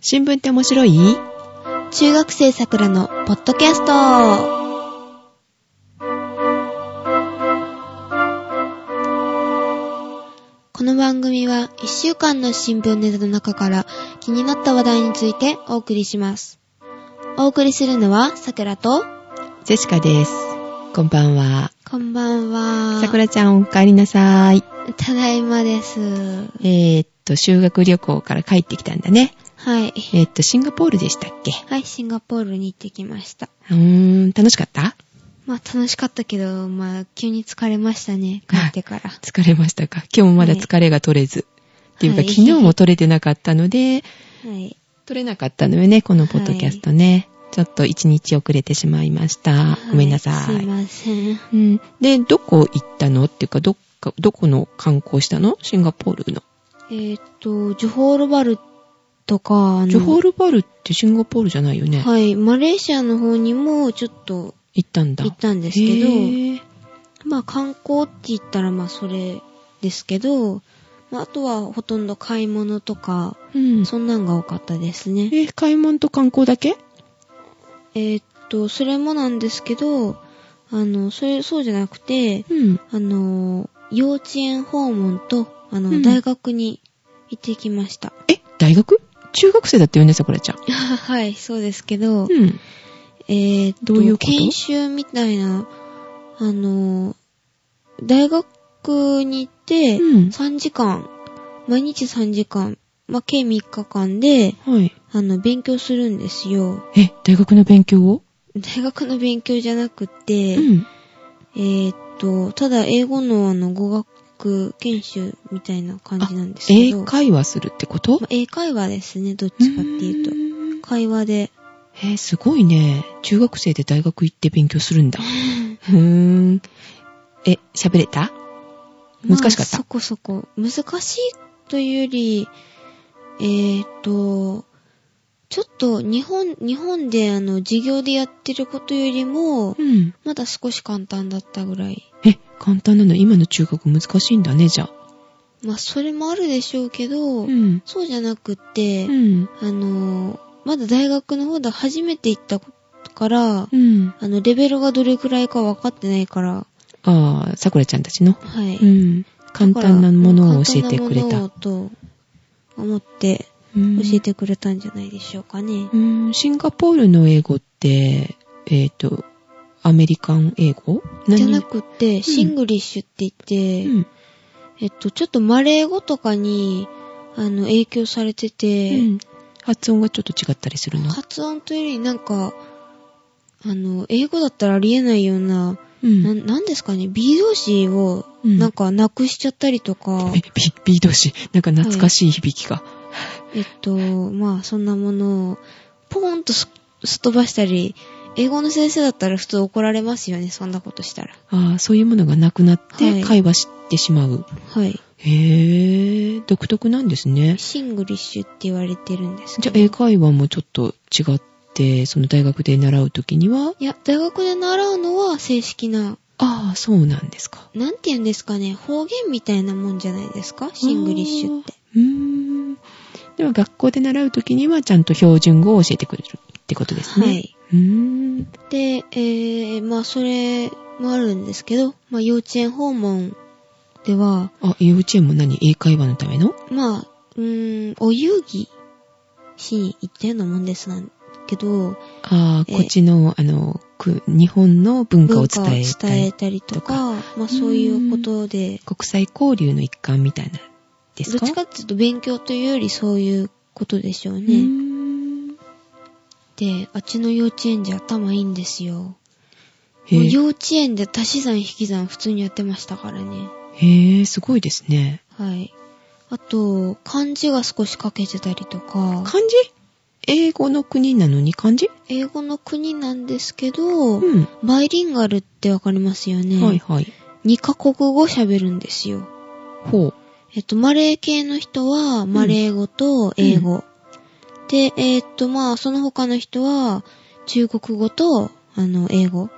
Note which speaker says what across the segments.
Speaker 1: 新聞って面白い
Speaker 2: 中学生さくらのポッドキャスト。この番組は1週間の新聞ネタの中から気になった話題についてお送りします。お送りするのはさくらと、
Speaker 1: ジェシカです。こんばんは。
Speaker 2: こんばんは。
Speaker 1: さくらちゃんお帰りなさい。
Speaker 2: ただいまです。
Speaker 1: えー、っと、修学旅行から帰ってきたんだね。
Speaker 2: は
Speaker 1: え
Speaker 2: い。
Speaker 1: ー、っと、シンガポールでしたっけ
Speaker 2: はい、シンガポールに行ってきました。
Speaker 1: うーん、楽しかった
Speaker 2: まあ楽しかったけど、まあ急に疲れましたね、帰って から。
Speaker 1: 疲れましたか今日もまだ疲れが取れず。っていうか、
Speaker 2: はい
Speaker 1: 昨日も取れてなかったので、
Speaker 2: はい。
Speaker 1: 取れなかったのよね、このポッドキャストね。ちょっと一日遅れてしまいました。ごめんなさ。
Speaker 2: はいすいません。
Speaker 1: うん。で、どこ行ったのっていうか、どっか、どこの観光したのシンガポールの。
Speaker 2: えーっと、ジョホールバルとか、あの
Speaker 1: ジョホールバルってシンガポールじゃないよね。
Speaker 2: はい、マレーシアの方にもちょっと
Speaker 1: 行ったんだ。
Speaker 2: 行ったんですけ
Speaker 1: へ
Speaker 2: ど、
Speaker 1: ー
Speaker 2: まあ観光って言ったらまあそれですけど、まああとはほとんど買い物とか、
Speaker 1: うん。
Speaker 2: そんなんが多かったですね。
Speaker 1: え、買い物と観光だけ
Speaker 2: えーっと、それもなんですけど、あの、それ、そうじゃなくて、
Speaker 1: うん。
Speaker 2: あの、幼稚園訪問と、あの、
Speaker 1: うん
Speaker 2: 大学に行ってき ました。
Speaker 1: え、大学中学生だったよね、さくらちゃん。
Speaker 2: はい、そうですけど、
Speaker 1: うん。
Speaker 2: えーっと
Speaker 1: どういうこと
Speaker 2: 研修みたいな、あの、大学に行って、
Speaker 1: うん。
Speaker 2: 3時間、毎日3時間、まあ、計3日間で、
Speaker 1: はい。
Speaker 2: あの、勉強するんですよ。
Speaker 1: え、大学の勉強を
Speaker 2: 大学の勉強じゃなくて、
Speaker 1: うん。
Speaker 2: えーっと、ただ英語のあの、語学研修みたいな感じなんですけど、
Speaker 1: 英会話するってこと
Speaker 2: まあ英会話ですね、どっちかっていうと。
Speaker 1: う
Speaker 2: 会話で。
Speaker 1: ーんえ、すごいね。中学生で大学行って勉強するんだ。ふーん。え、喋れた難しか
Speaker 2: ま
Speaker 1: っ
Speaker 2: あ
Speaker 1: た
Speaker 2: そこそこ。難しいというより、えーっと、ちょっと日本、日本であの、授業でやってることよりも、
Speaker 1: うん。
Speaker 2: まだ少し簡単だったぐらい。
Speaker 1: え、簡単なの今の中学難しいんだね、じゃあ。
Speaker 2: まあ、それもあるでしょうけど、
Speaker 1: ん。
Speaker 2: そうじゃなくって、
Speaker 1: うん。
Speaker 2: あの、まだ大学の方で初めて行ったから、
Speaker 1: うん。
Speaker 2: あの、レベルがどれくらいか分かってないから、
Speaker 1: ああ、さくらちゃんたちの。
Speaker 2: はい。
Speaker 1: うん。簡単なものを教えてくれ
Speaker 2: 簡単な
Speaker 1: た。
Speaker 2: ものをと思って
Speaker 1: うん
Speaker 2: 教えてくれたんじゃないでしょうかね。
Speaker 1: うん、シンガポールの英語って、えっ、と、アメリカン英語
Speaker 2: じゃなくて、シングリッシュって言って、
Speaker 1: うん。
Speaker 2: えっと、ちょっとマレー語とかに、あの、影響されてて、
Speaker 1: うん発音がちょっと違ったりするの。
Speaker 2: 発音というよりなんか、あの、英語だったらありえないような、
Speaker 1: うん
Speaker 2: ななんですかね、B 動詞を、
Speaker 1: うん
Speaker 2: なんか、なくしちゃったりと か、
Speaker 1: え、B、B 同士。なんか懐かしい響きが。
Speaker 2: えっと、まあ、そんなものを、ポーンとすすっ飛ばしたり、英語の先生だったら普通怒られますよね、そんなことしたら。
Speaker 1: ああ、そういうものがなくなっ
Speaker 2: は
Speaker 1: て
Speaker 2: い
Speaker 1: 会話してしまう。
Speaker 2: はい。
Speaker 1: へえ、独特なんですね。
Speaker 2: シングリッシュって言われてるんです
Speaker 1: じ
Speaker 2: け
Speaker 1: ゃあ
Speaker 2: ど。
Speaker 1: 英会話もちょっと違って、その大学で習うときにはい
Speaker 2: や、大学で習うのは正式な、
Speaker 1: ああ、そうなんですか。
Speaker 2: なんて言うんですかね、方言みたいなもんじゃないですかシングリッシュって。
Speaker 1: うーん。でも学校で習うときにはちゃんと標準語を教えてくれるってことですね。
Speaker 2: は。い。
Speaker 1: うーん。
Speaker 2: で、えー、まあそれもあるんですけど、まあ幼稚園訪問では、
Speaker 1: あ、幼稚園も何英会話のための
Speaker 2: まあ、うーん、お遊戯しに行ったようなもんですなんけど、
Speaker 1: ああ、
Speaker 2: ええ
Speaker 1: こっちの、あの、く日本の文化を
Speaker 2: 文化
Speaker 1: 伝
Speaker 2: を
Speaker 1: えた
Speaker 2: 伝え
Speaker 1: い。
Speaker 2: たりと
Speaker 1: とか
Speaker 2: か、まあそういうことで、
Speaker 1: 国際交流の一環みたいな、です
Speaker 2: どっ
Speaker 1: か
Speaker 2: ちかっていうと勉強というよりそういうことでしょうね。
Speaker 1: うーん
Speaker 2: で、あっちの幼稚園じゃ頭いいんですよ。
Speaker 1: へ
Speaker 2: もう
Speaker 1: え
Speaker 2: 幼稚園で足し算引き算普通にやってましたからね。
Speaker 1: へえ、すごいですね。
Speaker 2: はい。あと、漢字が少し書けてたりとか、
Speaker 1: 漢字英語の国なのに漢字
Speaker 2: 英語の国なんですけど、
Speaker 1: うん。
Speaker 2: バイリンガルってわかりますよね。
Speaker 1: はいはい。
Speaker 2: 2カ国語喋るんですよ。
Speaker 1: ほう。
Speaker 2: えっと、マレー系の人は、マレー語と英語。で、えっと、まあ、その他の人は、中国語と、あの、英語。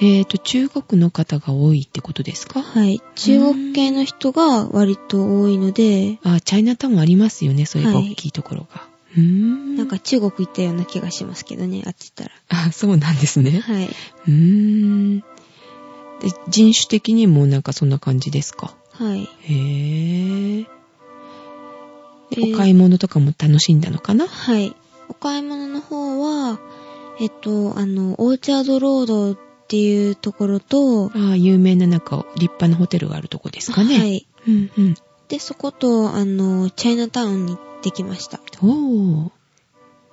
Speaker 1: えっ、と、中国の方が多いってことですか
Speaker 2: はい。中国系の人が割と多いので、
Speaker 1: あ、チャイナタウンありますよね、そういう
Speaker 2: はい
Speaker 1: 大きいところが。ううーん。
Speaker 2: なんか、中国行ったような気がしますけどね、あっち行った
Speaker 1: あ、そうなんですね
Speaker 2: ら。。はい。
Speaker 1: うーん。で人種的にもなんかそんな感じですか。
Speaker 2: はい。
Speaker 1: へぇー。で
Speaker 2: えー
Speaker 1: お買い物とかも楽しんだのかな
Speaker 2: はい。お買い物の方は、えっと、あの、オーチャードロードっていうところと、
Speaker 1: ああ、有名ななんか立派なホテルがあるとこですかね。
Speaker 2: は。い。
Speaker 1: うんうん。
Speaker 2: で、そこと、あの、チャイナタウンに行ってきました。
Speaker 1: おー。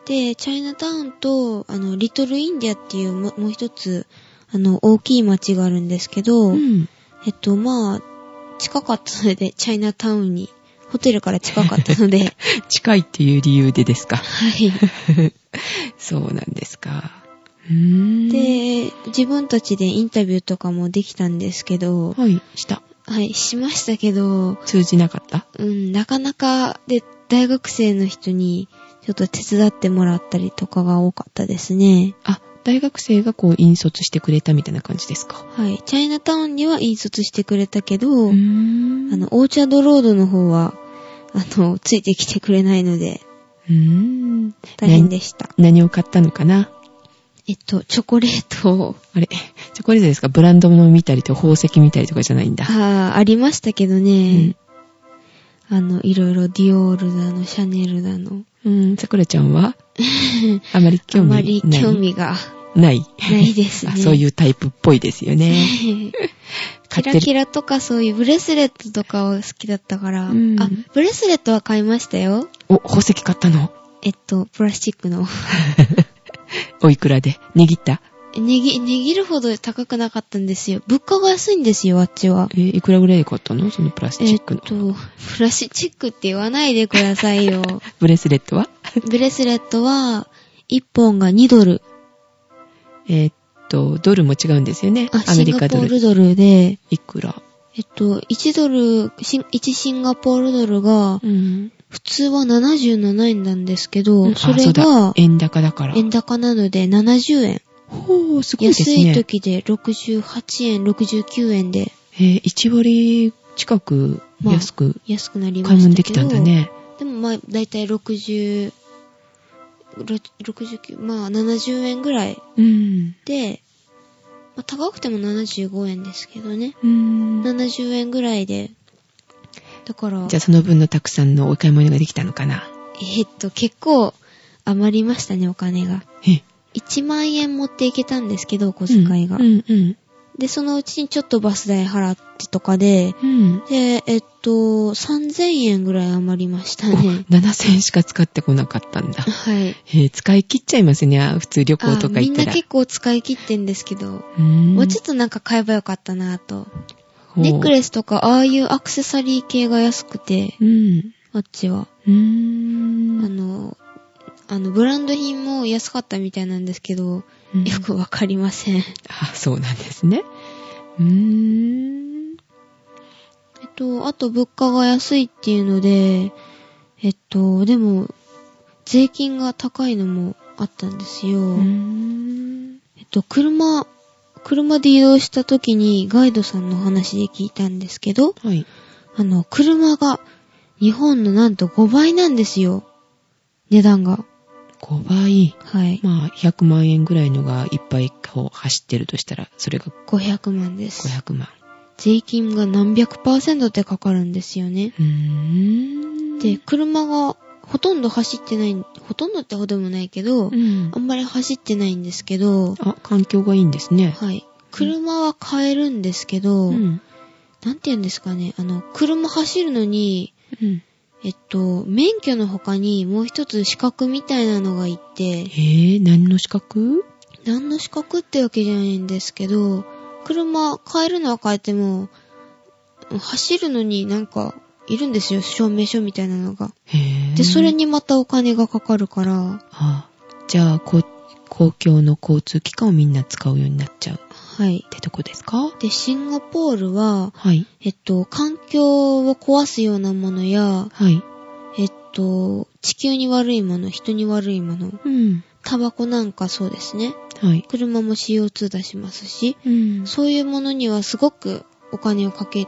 Speaker 2: で、チャイナタウンと、あの、リトルインディアっていうも、もう一つ、あの、大きい町があるんですけど、
Speaker 1: うん。
Speaker 2: えっと、まあ、近かったので、チャイナタウンに、ホテルから近かったので、
Speaker 1: 近いっていう理由でですか。
Speaker 2: はい。
Speaker 1: そうなんですか。うーん。、
Speaker 2: で、自分たちでインタビューとかもできたんですけど、
Speaker 1: はい、した。
Speaker 2: はい、しましたけど、
Speaker 1: 通じなかった
Speaker 2: うん、なかなか、で、大学生の人に、ちょっと手伝ってもらったりとかが多かったですね。
Speaker 1: あ、大学生がこう引率してくれたみたいな感じですか。
Speaker 2: はい、チャイナタウンには引率してくれたけど、
Speaker 1: うーん
Speaker 2: あの、、オーチャードロードの方は、あの、ついてきてくれないので、
Speaker 1: うーん。
Speaker 2: 大変でした。
Speaker 1: 何を買ったのかな
Speaker 2: えっと、チョコレートを、
Speaker 1: あれ、チョコレートですかブランドもの見たりと宝石見たりとかじゃないんだ。
Speaker 2: あーありましたけど
Speaker 1: う
Speaker 2: ね
Speaker 1: ん、。
Speaker 2: あの、いろいろディオールだの、シャネルだの、
Speaker 1: うん、さくらちゃんはあまり
Speaker 2: あ
Speaker 1: 興味な
Speaker 2: ま
Speaker 1: い。
Speaker 2: り興味が
Speaker 1: ない。
Speaker 2: ないですね。
Speaker 1: あそういうタイプっぽいですよね。買
Speaker 2: キ
Speaker 1: って
Speaker 2: ラ
Speaker 1: る
Speaker 2: キラとかそういうブレスレットとかを好きだったから、
Speaker 1: うん
Speaker 2: あ、ブレスレットは買いましたよ。
Speaker 1: お、宝石買ったの
Speaker 2: えっと、プラスチックの。
Speaker 1: おいくらで握った
Speaker 2: ねぎ、ねぎるほど高くなかったんですよ。物価が安いんですよ、あっちは。
Speaker 1: えーいくらぐらいで買ったのそのプラスチックの。
Speaker 2: えっと、プラスチックって言わないでくだ さいよ。
Speaker 1: ブレスレットは
Speaker 2: ブレスレットは、1本が2ドル。
Speaker 1: えーっと、ドルも違うんですよね。
Speaker 2: あ、
Speaker 1: ア
Speaker 2: シ
Speaker 1: メ
Speaker 2: ン
Speaker 1: リ
Speaker 2: ガ
Speaker 1: カ
Speaker 2: ポ
Speaker 1: ド
Speaker 2: ー
Speaker 1: ル。
Speaker 2: ルドルで、
Speaker 1: いくら
Speaker 2: えっと、1ドル、シン1シンガポールドルが、
Speaker 1: うん。
Speaker 2: 普通は77円なんですけ
Speaker 1: う
Speaker 2: ど、
Speaker 1: ん
Speaker 2: そ
Speaker 1: あそ
Speaker 2: れ
Speaker 1: うだ
Speaker 2: が、
Speaker 1: 円高だから。
Speaker 2: 円高なので70円。
Speaker 1: ほう、すごいです
Speaker 2: 安
Speaker 1: ね。
Speaker 2: い時で68円、69円で
Speaker 1: えー1割近く安く
Speaker 2: 安くなりま
Speaker 1: 買い
Speaker 2: したけ
Speaker 1: 物で
Speaker 2: ど。
Speaker 1: きたんだ。ね。
Speaker 2: でもまあ、だいたい60、69、まあ70円ぐらい
Speaker 1: うん。
Speaker 2: で、まあ、高くても75円ですけどね。
Speaker 1: うん。
Speaker 2: 70円ぐらいで。だから、
Speaker 1: じゃあその分のたくさんのお買い物ができたのかな。
Speaker 2: えーっと、結構余りましたね、お金が。
Speaker 1: え
Speaker 2: 1万円持っていけたんですけど、お小遣いが。
Speaker 1: うんうん
Speaker 2: で、そのうちにちょっとバス代払ってとかで、
Speaker 1: うん。うん。
Speaker 2: で、えっと、3000円ぐらい余りましたね。
Speaker 1: 7000円しか使ってこなかったんだ。
Speaker 2: はい。
Speaker 1: えー使い切っちゃいますね。あ普通旅行と
Speaker 2: あ
Speaker 1: か
Speaker 2: み
Speaker 1: 行
Speaker 2: ん
Speaker 1: った
Speaker 2: な
Speaker 1: ら。
Speaker 2: 結構使い切ってんですけど、
Speaker 1: うん
Speaker 2: もうちょっとなんか買えばよかったなと。
Speaker 1: ほう
Speaker 2: ネックレスとか、ああいうアクセサリー系が安くて、
Speaker 1: うん。
Speaker 2: あっちは。
Speaker 1: う
Speaker 2: あ
Speaker 1: ん。
Speaker 2: の、あの、ブランド品も安かったみたいなんですけど、
Speaker 1: うん
Speaker 2: よくわかりません。
Speaker 1: あ、そうなんですね。うーん。
Speaker 2: えっと、あと物価が安いっていうので、えっと、でも、税金が高いのもあったんですよ。
Speaker 1: うーん
Speaker 2: えっと、車、車で移動した時にガイドさんの話で聞いたんですけど、
Speaker 1: はい。
Speaker 2: あの、車が日本のなんと5倍なんですよ。値段が。
Speaker 1: 5倍。
Speaker 2: はい。
Speaker 1: まあ、100万円ぐらいのがいっぱいこう走ってるとしたら、それが
Speaker 2: 500万です。
Speaker 1: 500万。
Speaker 2: 税金が何百パーセントってかかるんですよね。
Speaker 1: うーん。
Speaker 2: で、、車がほとんど走ってない、ほとんどってほどもないけ
Speaker 1: う
Speaker 2: ど、
Speaker 1: ん
Speaker 2: あんまり走ってないんですけど、
Speaker 1: あ、環境がいいんですね。
Speaker 2: はい。車は買えるんですけど、
Speaker 1: うん。
Speaker 2: なんて言うんですかね、あの、車走るのに、
Speaker 1: うん。
Speaker 2: えっと、免許の他にもう一つ資格みたいなのがい
Speaker 1: え
Speaker 2: て、
Speaker 1: ー、何の資格
Speaker 2: 何の資格ってわけじゃないんですけど、車変えるのは変えても、走るのになんかいるんですよ、証明書みたいなのが。
Speaker 1: へー
Speaker 2: で、それ。にまたお金がかかるから、
Speaker 1: あじゃあ、こう公共の交通機関をみんな使うようになっちゃうっ
Speaker 2: はい。
Speaker 1: てとこですか
Speaker 2: で、シンガポールは、
Speaker 1: はい。
Speaker 2: えっと、環境を壊すようなものや、
Speaker 1: はい。
Speaker 2: えっと、地球に悪いもの、人に悪いもの、
Speaker 1: うん。
Speaker 2: タバコなんかそうですね。
Speaker 1: はい。
Speaker 2: 車も CO2 出しますし、
Speaker 1: うん
Speaker 2: そういうものにはすごくお金をかけ、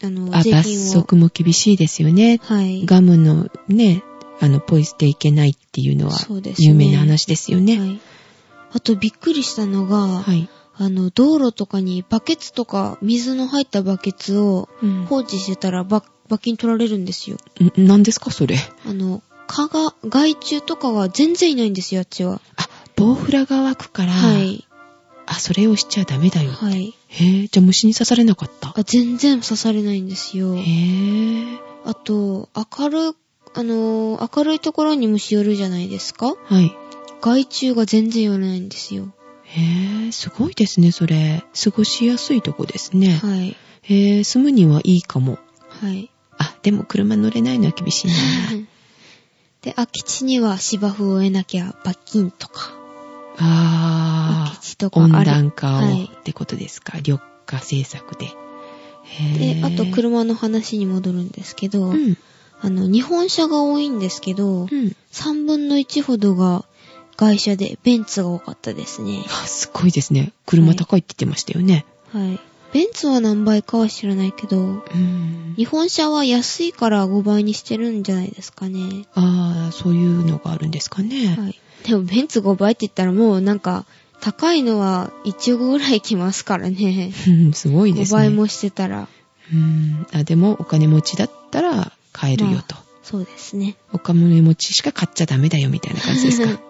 Speaker 2: あの、
Speaker 1: あ、
Speaker 2: 税
Speaker 1: 罰
Speaker 2: 金を。
Speaker 1: 則も厳しいですよね。
Speaker 2: はい。
Speaker 1: ガムのね、あの、ポイ捨ていけないっていうのは
Speaker 2: そうですね
Speaker 1: 有名な話ですよね。
Speaker 2: はい。あとびっくりしたのが、
Speaker 1: はい。
Speaker 2: あの、道路とかにバケツとか、水の入ったバケツを
Speaker 1: うん
Speaker 2: 放置してたらば罰金取られるんですよ。
Speaker 1: ん何ですか、それ。
Speaker 2: あの、蚊が、害虫とかは全然いないんですよ、あっちは。
Speaker 1: あ、棒フラが湧くから、
Speaker 2: はい。
Speaker 1: あ、それをしちゃダメだよ。
Speaker 2: はい。
Speaker 1: へえ、じゃあ虫に刺されなかった。
Speaker 2: あ全然刺されないんですよ
Speaker 1: へ。え、
Speaker 2: あと、明るい、あのー明るいところに虫寄るじゃないですか
Speaker 1: はい。
Speaker 2: 害虫が全然寄らないんですよ。
Speaker 1: へえ、すごいですね、それ。過ごしやすいとこですね。
Speaker 2: はい。
Speaker 1: へえ、住むにはいいかも。
Speaker 2: はい。
Speaker 1: あ、でも車乗れないのは厳しいな。
Speaker 2: で、空き地には芝生を植えなきゃ罰金とか。
Speaker 1: あ
Speaker 2: 空き地
Speaker 1: ー
Speaker 2: とかあ
Speaker 1: 温
Speaker 2: る
Speaker 1: 暖化を、
Speaker 2: はい
Speaker 1: ってことですか。緑化政策で。へ
Speaker 2: で
Speaker 1: え。、
Speaker 2: あと車の話に戻るんですけど、
Speaker 1: うん。
Speaker 2: あの、日本車が多いんですけど、
Speaker 1: うん。
Speaker 2: 3分の1ほどが外車で、ベンツが多かったですね。
Speaker 1: あすごいですね。車高いって言ってましたよね。
Speaker 2: はい。ベンツは何倍かは知らないけど、
Speaker 1: うん。
Speaker 2: 日本車は安いから5倍にしてるんじゃないですかね。
Speaker 1: ああ、そういうのがあるんですかね。
Speaker 2: はい。でもベンツ5倍って言ったらもうなんか、高いのは1億ぐらいきますからね。
Speaker 1: うんすごいです
Speaker 2: 5
Speaker 1: ね。
Speaker 2: 倍もしてたら。
Speaker 1: うんあでもお金持ちだったら買えるよと、
Speaker 2: まあそうですね。
Speaker 1: お金持ちしか買っちゃダメだよみたいな感じです か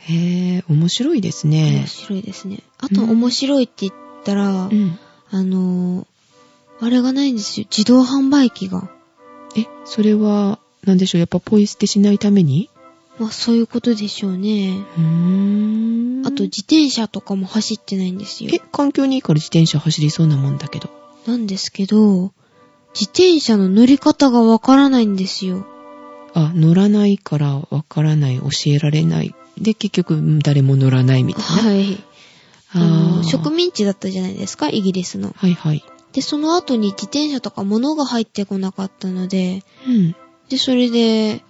Speaker 1: へえ面白いですね
Speaker 2: 面白いですね。あと
Speaker 1: うん
Speaker 2: 面白いって言ったら、
Speaker 1: うん
Speaker 2: あのーあれがないんですよ。自動販売機が。
Speaker 1: えそれは何でしょうやっぱポイ捨てしないために
Speaker 2: まあそういうことでしょうね。
Speaker 1: うーん
Speaker 2: あと自転車とかも走ってないんですよ
Speaker 1: え。環境にいいから自転車走りそうなもんだけど
Speaker 2: なんですけど、自転車の乗り方がわからないんですよ。
Speaker 1: あ乗らないからわからない教えられないで結局うん誰も乗らないみたいな、
Speaker 2: はい。あ
Speaker 1: ー
Speaker 2: の、植民地だったじゃないですか、イギリスの。
Speaker 1: はいはい
Speaker 2: で、その後に自転車とか物が入ってこなかったので、
Speaker 1: うん
Speaker 2: で、それで、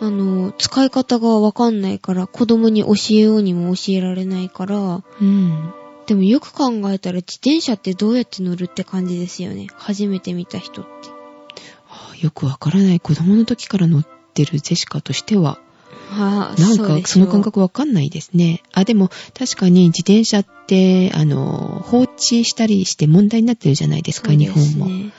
Speaker 2: あの、使い方がわかんないから、子供に教えようにも教えられないから、
Speaker 1: うん
Speaker 2: でもよく考えたら自転車ってどうやって乗るって感じですよね。初めて見た人って。
Speaker 1: あよくわからない子供の時から乗ってるジェシカとしては
Speaker 2: ああ、
Speaker 1: なん
Speaker 2: うでしょ
Speaker 1: か
Speaker 2: う
Speaker 1: その感。覚わかんないですね。あ、でも確かに自転車って、あの、放置したりして問題になってるじゃないですか、
Speaker 2: そうで
Speaker 1: 日
Speaker 2: す
Speaker 1: 本も。
Speaker 2: ね。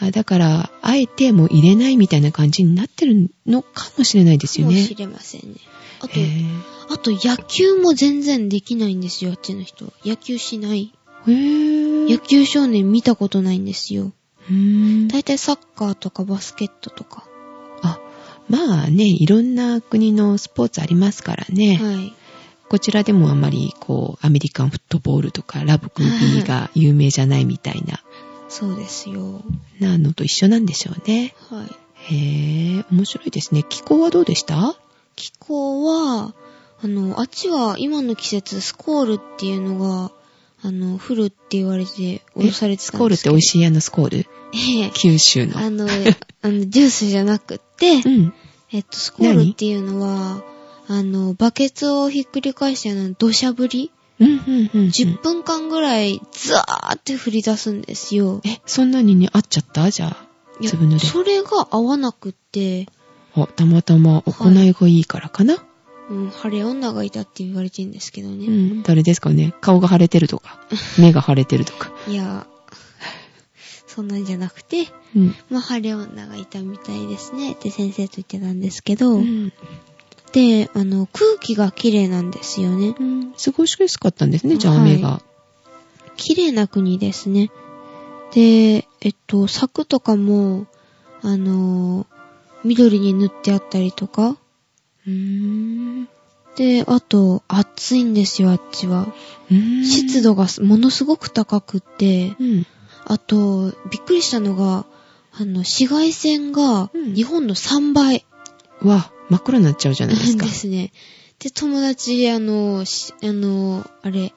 Speaker 1: あだから、あえてもう入れないみたいな感じになってるのかもしれないです
Speaker 2: か
Speaker 1: よ
Speaker 2: も
Speaker 1: ね
Speaker 2: し。れませんね。あと、
Speaker 1: へえ
Speaker 2: あと野球も全然できないんですよ、あっちの人。野球しない。
Speaker 1: へえ
Speaker 2: 野球少年見たことないんですよ。
Speaker 1: うーん
Speaker 2: 大体サッカーとかバスケットとか。
Speaker 1: あまあね、いろんな国のスポーツありますからね。
Speaker 2: はい。
Speaker 1: こちらでもあまりこう、アメリカンフットボールとかラブクビーが有名じゃないみたいな、
Speaker 2: そうですよ。
Speaker 1: なのと一緒なんでしょうね。
Speaker 2: はい。
Speaker 1: へえ、面白いですね。気候はどうでした
Speaker 2: 気候は、あの、あっちは今の季節、スコールっていうのが、あの、降るって言われて、脅されて
Speaker 1: ス
Speaker 2: た
Speaker 1: コ
Speaker 2: ん
Speaker 1: ール
Speaker 2: で
Speaker 1: っ
Speaker 2: すけ
Speaker 1: て
Speaker 2: ど。
Speaker 1: 美味しいあのスコール
Speaker 2: い。ええ
Speaker 1: 九州の。
Speaker 2: あの、あの、ジュースじゃなくって
Speaker 1: う、ん。
Speaker 2: えっと、スコールっていうのは、あの、バケツをひっくり返して、あの、土砂降り
Speaker 1: うん、うん、うんうん。
Speaker 2: ?10 分間ぐらい、ザーって降り出すんですよ。
Speaker 1: え、そんなにね、合っちゃったじゃあ、
Speaker 2: いや
Speaker 1: 自分ので。
Speaker 2: それが合わなくって、
Speaker 1: あ、たまたま行いがいいからかな、
Speaker 2: うん、晴れ女がいたって言われてるんですけど
Speaker 1: う
Speaker 2: ね。
Speaker 1: ん。誰ですかね顔が腫れてると か、目が腫れてるとか。
Speaker 2: いや、 そんなんじゃなくて、
Speaker 1: うん。
Speaker 2: まあ、晴れ女がいたみたいですねって先生と言ってたんですけど、
Speaker 1: うん
Speaker 2: で、あの、空気が綺麗なんですよね。
Speaker 1: うん、過ごしやすかったんですね、じゃあ
Speaker 2: はい
Speaker 1: 雨が。
Speaker 2: 綺麗な国ですね。で、えっと、柵とかも、あの、緑に塗ってあったりとか、
Speaker 1: うーん。
Speaker 2: で、あと、暑いんですよ、あっちは。
Speaker 1: うん
Speaker 2: 湿。度がすものすごく高くって、
Speaker 1: うん。
Speaker 2: あと、びっくりしたのが、あの、紫外線が
Speaker 1: うん
Speaker 2: 日本の3倍
Speaker 1: うわ、真っ暗になっちゃうじゃないです
Speaker 2: で
Speaker 1: か。
Speaker 2: すね。で、友達、あの、しあの、あれ、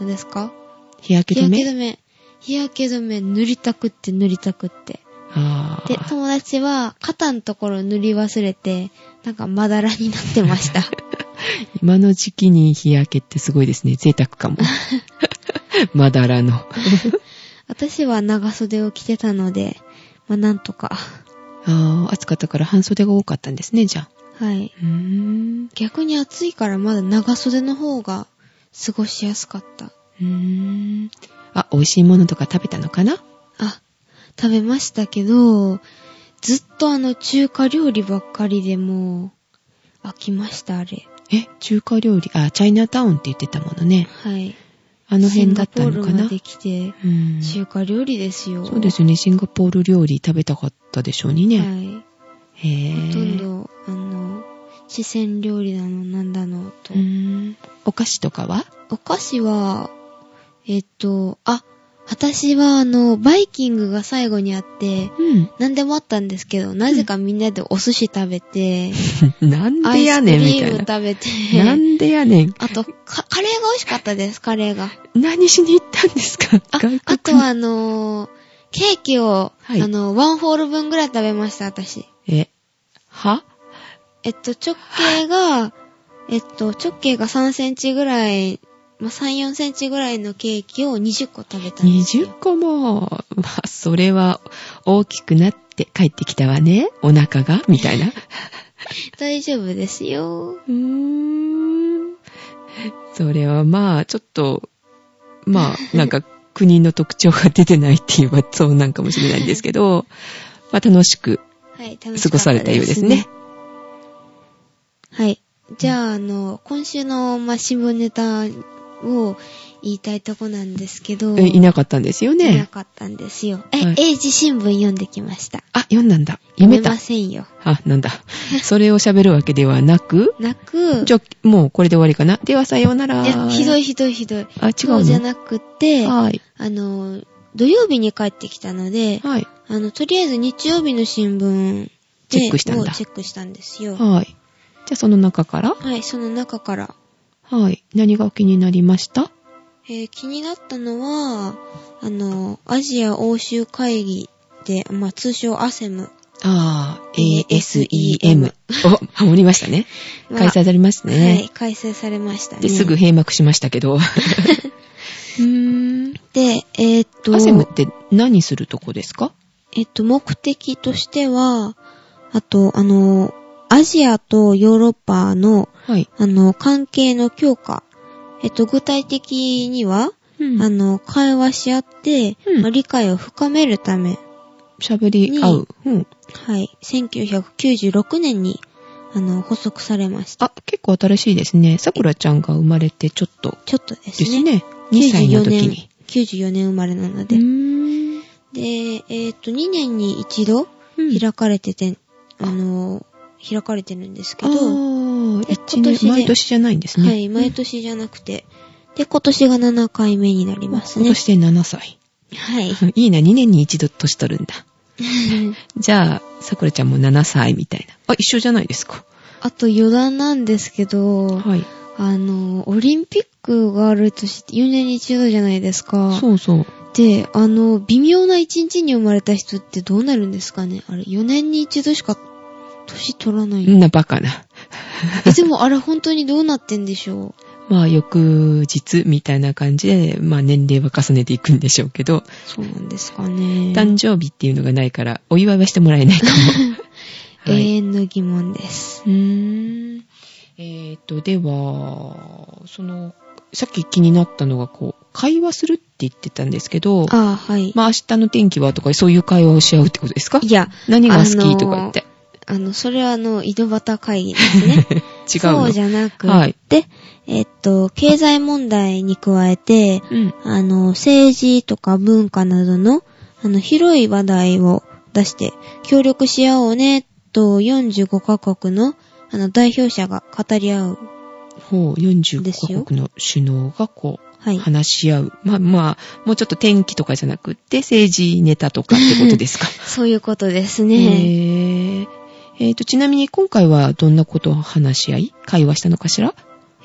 Speaker 2: 何ですか
Speaker 1: 日焼
Speaker 2: 日
Speaker 1: け止
Speaker 2: 焼
Speaker 1: め
Speaker 2: け止め。日焼け止め塗りたくって塗りたくって。
Speaker 1: ああ。
Speaker 2: で、友達は肩のところ塗り忘れて、なんかまだらになって ました。
Speaker 1: 今の時期に日焼けってすごいですね。贅沢 かも。まだらの。
Speaker 2: 私は長袖を着てたので、まあなんとか。
Speaker 1: ああ、暑かったから半袖が多かったんですね、じゃあ。
Speaker 2: はい。
Speaker 1: うーん。
Speaker 2: 逆に暑いからまだ長袖の方が過ごしやすかった。
Speaker 1: うーん。あ、美味しいものとか食べたのかな
Speaker 2: あ、食べましたけど、ずっとあの中華料理ばっかりでもう飽きました、あれ。
Speaker 1: え、中華料理、あ、チャイナタウンって言ってたものね。
Speaker 2: はい。
Speaker 1: あの辺だったの
Speaker 2: シ
Speaker 1: か
Speaker 2: ンガポールま
Speaker 1: な
Speaker 2: で来て、
Speaker 1: うん。
Speaker 2: 中華料理ですよ。
Speaker 1: そうですよね。シンガポール料理食べたかったでしょうにね。
Speaker 2: はい。
Speaker 1: へぇ
Speaker 2: ほとんど、あの、四川料理なの、なんだの、と。
Speaker 1: お菓子とかは
Speaker 2: お菓子は、えっと、あ、私はあの、バイキングが最後にあって、
Speaker 1: うん。
Speaker 2: なんでもあったんですけど、なぜかみんなでお寿司食べて、
Speaker 1: なん
Speaker 2: ア
Speaker 1: で
Speaker 2: イ
Speaker 1: や
Speaker 2: スク
Speaker 1: ねんみ
Speaker 2: リ
Speaker 1: た
Speaker 2: ーム
Speaker 1: いな。
Speaker 2: 食べて、
Speaker 1: なんでやねん。
Speaker 2: あと、かカレーが美味しかったです、カレーが。
Speaker 1: 何しに行ったんですか
Speaker 2: あ
Speaker 1: 外、
Speaker 2: あと
Speaker 1: 国
Speaker 2: はあのーケーキを、
Speaker 1: はい
Speaker 2: あの、ワンホール分ぐらい食べました、私。
Speaker 1: え、は
Speaker 2: えっと、直径が、えっと、直径が3センチぐらい、まあ、3、4センチぐらいのケーキを20個食べたんですよ。
Speaker 1: 20個も、まあ、それは大きくなって帰ってきたわね。お腹がみたいな。う
Speaker 2: 大丈夫ですよ。
Speaker 1: ーん。それはまあ、ちょっと、まあ、なんか国の特徴が出てないって言えばそうなんかもしれないんですけ ど、まあ楽しく
Speaker 2: はい、楽し
Speaker 1: 過
Speaker 2: か
Speaker 1: ご
Speaker 2: った
Speaker 1: さ
Speaker 2: で
Speaker 1: れ
Speaker 2: す、ね。
Speaker 1: たようですね。。
Speaker 2: はい。じゃあ、あの、今週の、まあ、新聞ネタを言いたいとこなんですけど、
Speaker 1: えいなかったんですよ
Speaker 2: いな
Speaker 1: ね。
Speaker 2: かったんですよ。え、
Speaker 1: はい
Speaker 2: 英字新聞読んできました。
Speaker 1: あ、読んだんだ。読
Speaker 2: 読め
Speaker 1: めた
Speaker 2: ま。せんよ。
Speaker 1: あ、なんだ。それを喋るわけではなく、
Speaker 2: なく、
Speaker 1: じゃあ、もうこれで終わりかな。では、さようないら。
Speaker 2: やひどい。ひどいひどい。
Speaker 1: あ、違う
Speaker 2: そう
Speaker 1: の
Speaker 2: じゃなくて、あ
Speaker 1: はーい。
Speaker 2: の、土曜日に帰ってきたので、
Speaker 1: はい。
Speaker 2: あの、とりあえず日曜日の新聞で
Speaker 1: チェックしたんだ
Speaker 2: をチェックしたんですよ。
Speaker 1: はい。じゃあ、その中から、
Speaker 2: はい、その中から。
Speaker 1: はい。何がお気になりました
Speaker 2: えー気になったのは、あの、アジア欧州会議で、まあ、通称アセム。
Speaker 1: ああ、ASEM。お、ハモりましたね。
Speaker 2: まあ
Speaker 1: 開催されます
Speaker 2: は
Speaker 1: ね。
Speaker 2: い、開催されましたね。
Speaker 1: で、すぐ。閉幕しましたけど。うーん。
Speaker 2: で、えーっと、
Speaker 1: アセムって何するとこですか
Speaker 2: えっと、目的としては、あと、あの、アジアとヨーロッパの、
Speaker 1: はい。
Speaker 2: あの、関係の強化。えっと、具体的には、
Speaker 1: うん
Speaker 2: あの、会話し合って、
Speaker 1: うん
Speaker 2: まあ理解を深めるため、
Speaker 1: 喋り合う。うん。
Speaker 2: はい、1996年に、あの、補足されました。
Speaker 1: あ、結構新しいですね。さくらちゃんが生まれてちょっと
Speaker 2: ちょっとです
Speaker 1: で
Speaker 2: ね。
Speaker 1: すね。2歳の時に。
Speaker 2: 94年生まれなの
Speaker 1: う
Speaker 2: で。
Speaker 1: ーん。
Speaker 2: で、えっと、2年に一度
Speaker 1: うん
Speaker 2: 開かれてて、あの、開かれてるんですけど、
Speaker 1: ああ、
Speaker 2: で
Speaker 1: 一年
Speaker 2: 今年で
Speaker 1: 毎年じゃないんですね。
Speaker 2: はい、毎年じゃなくて、で、今年が7回目になります
Speaker 1: 今
Speaker 2: ね。
Speaker 1: 年で7歳。
Speaker 2: はい。
Speaker 1: いいな、2年に一度年取るんだ。 じゃあ、さくらちゃんも7歳みたいな。あ、一緒じゃないですか。
Speaker 2: あと余談なんですけど、
Speaker 1: はい。
Speaker 2: あの、オリンピックがある年って4年に一度じゃないですか。
Speaker 1: そうそう。
Speaker 2: で、あの、微妙な1日に生まれた人ってどうなるんですかねあれ、4年に一度しか年取らない。
Speaker 1: んなバカな。
Speaker 2: えでもあれ本当にどうなってんでしょ
Speaker 1: まあ、翌日みたいな感じで、まあ、年齢は重ねていくんでしょうけど
Speaker 2: う、そうなんですかね。
Speaker 1: 誕生日っていうのがないから、お祝いはしてもらえないかも。
Speaker 2: 永
Speaker 1: はい
Speaker 2: 遠の疑問です。
Speaker 1: うーん。えっ、と、では、その、さっき気になったのが、こう、会話するって言ってたんですけど、
Speaker 2: ああ、はい。
Speaker 1: まあ明日の天気はとか、そういう会話をし合うってことですか
Speaker 2: いや、
Speaker 1: 何が好
Speaker 2: あのー
Speaker 1: きとか言って。
Speaker 2: あの、それはあの、井戸端会議ですね。
Speaker 1: 違うの
Speaker 2: そうじゃなくて、
Speaker 1: はい
Speaker 2: えっと、経済問題に加えて、
Speaker 1: うん。
Speaker 2: あの、政治とか文化などの、あの、広い話題を出して、協力し合おうね、と、45カ国の、あの、代表者が語り合う。
Speaker 1: ほう、
Speaker 2: です
Speaker 1: 45
Speaker 2: よ
Speaker 1: カ国の首脳がこ
Speaker 2: は
Speaker 1: う、
Speaker 2: い。
Speaker 1: 話し合う。まあまあ、もうちょっと天気とかじゃなくって、政治ネタとかってことですか。
Speaker 2: そういうことです ね。
Speaker 1: ねえ。えっ、と、ちなみに今回はどんなことを話し合い会話したのかしら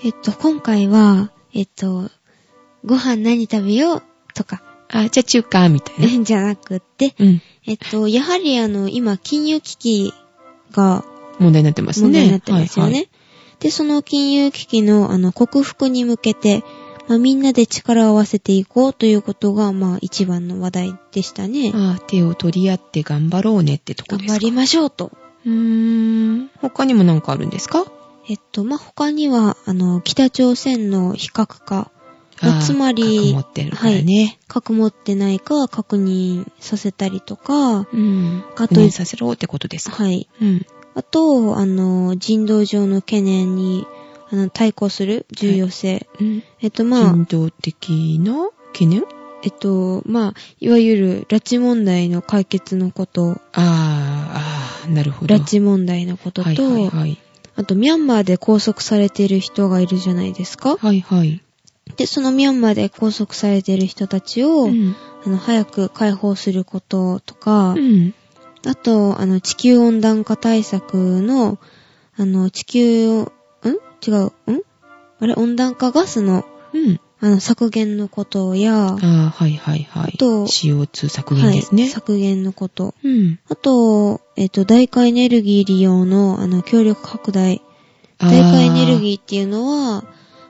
Speaker 2: えっと、今回は、えっと、ご飯何食べようとか、
Speaker 1: あ、じゃあ中華みたいな。
Speaker 2: じゃなくって、
Speaker 1: うん。
Speaker 2: えっと、やはりあの、今、金融危機が
Speaker 1: 問題になってますね。
Speaker 2: 問題になってますよね。
Speaker 1: はいはい
Speaker 2: で、その金融危機の、あの、克服に向けて、まあ、みんなで力を合わせていこうということが、まあ、一番の話題でしたね。
Speaker 1: ああ手を取り合って頑張ろうねってとこ
Speaker 2: 頑
Speaker 1: ですか。
Speaker 2: 張りましょうと。
Speaker 1: ううーん。他にもなんかあるんですか
Speaker 2: えっと、まあ、他には、あの、北朝鮮の非核化。まあ
Speaker 1: あー
Speaker 2: つま
Speaker 1: 核
Speaker 2: り
Speaker 1: 持ってるからね。
Speaker 2: 核持ってないか確認させたりとか、
Speaker 1: うん。
Speaker 2: あ
Speaker 1: あ
Speaker 2: と
Speaker 1: と、させろってことですか。
Speaker 2: はい。
Speaker 1: うん。
Speaker 2: あと、あの、人道上の懸念に、あの、対抗する重要性。
Speaker 1: うん。
Speaker 2: えっと、まあ、
Speaker 1: 人道的な懸念
Speaker 2: えっと、まあ、いわゆる拉致問題の解決のこと、
Speaker 1: あー、あー、なるほど。
Speaker 2: 拉致問題のことと、
Speaker 1: はいはいはい。
Speaker 2: あと、ミャンマーで拘束されている人がいるじゃないですか。
Speaker 1: はいはい。
Speaker 2: で、そのミャンマーで拘束されている人たちを、
Speaker 1: うん。
Speaker 2: あの、早く解放することとか、
Speaker 1: うん。
Speaker 2: あと、あの、地球温暖化対策の、あの、地球を、ん違う、んあれ温暖化ガスの、
Speaker 1: うん。
Speaker 2: あの、削減のことや、
Speaker 1: あー、はいはいはい。
Speaker 2: あと
Speaker 1: CO2 削減
Speaker 2: は
Speaker 1: ですね。
Speaker 2: い、削減のこと。
Speaker 1: うん。
Speaker 2: あと、えっ、と、大化エネルギー利用の、あの、協力拡大。大化エネル
Speaker 1: ー。
Speaker 2: ギーっていうのは、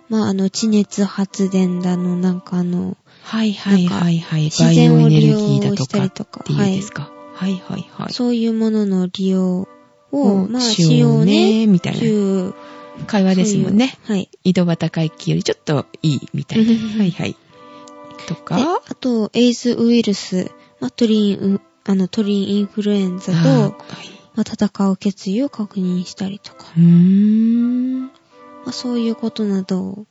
Speaker 2: まあ、あの、地熱発電だの、なんかあの、
Speaker 1: はいはいはいはい。
Speaker 2: 自
Speaker 1: バイオ
Speaker 2: 然を
Speaker 1: エネ
Speaker 2: 利
Speaker 1: ルギーだ
Speaker 2: 用
Speaker 1: と
Speaker 2: した
Speaker 1: か
Speaker 2: り
Speaker 1: っ
Speaker 2: とか、
Speaker 1: ていうですか。はいはいはい。
Speaker 2: そういうものの利用を、まあ、し
Speaker 1: し
Speaker 2: よ
Speaker 1: よ
Speaker 2: う
Speaker 1: う
Speaker 2: ね、
Speaker 1: ね、みた
Speaker 2: っ
Speaker 1: い
Speaker 2: て
Speaker 1: な
Speaker 2: いう。
Speaker 1: 会話ですもんね。
Speaker 2: そういう。はい。
Speaker 1: 井戸端会議よりちょっといいみたいな。はいはい。と
Speaker 2: で
Speaker 1: か、
Speaker 2: あと、エイズウイルス、まあ、鳥インウ、あの、鳥インフルエンザと、
Speaker 1: あ
Speaker 2: ま
Speaker 1: ーはい
Speaker 2: あ、戦う決意を確認したりとか、
Speaker 1: うーん。
Speaker 2: まあ、そういうことなどを、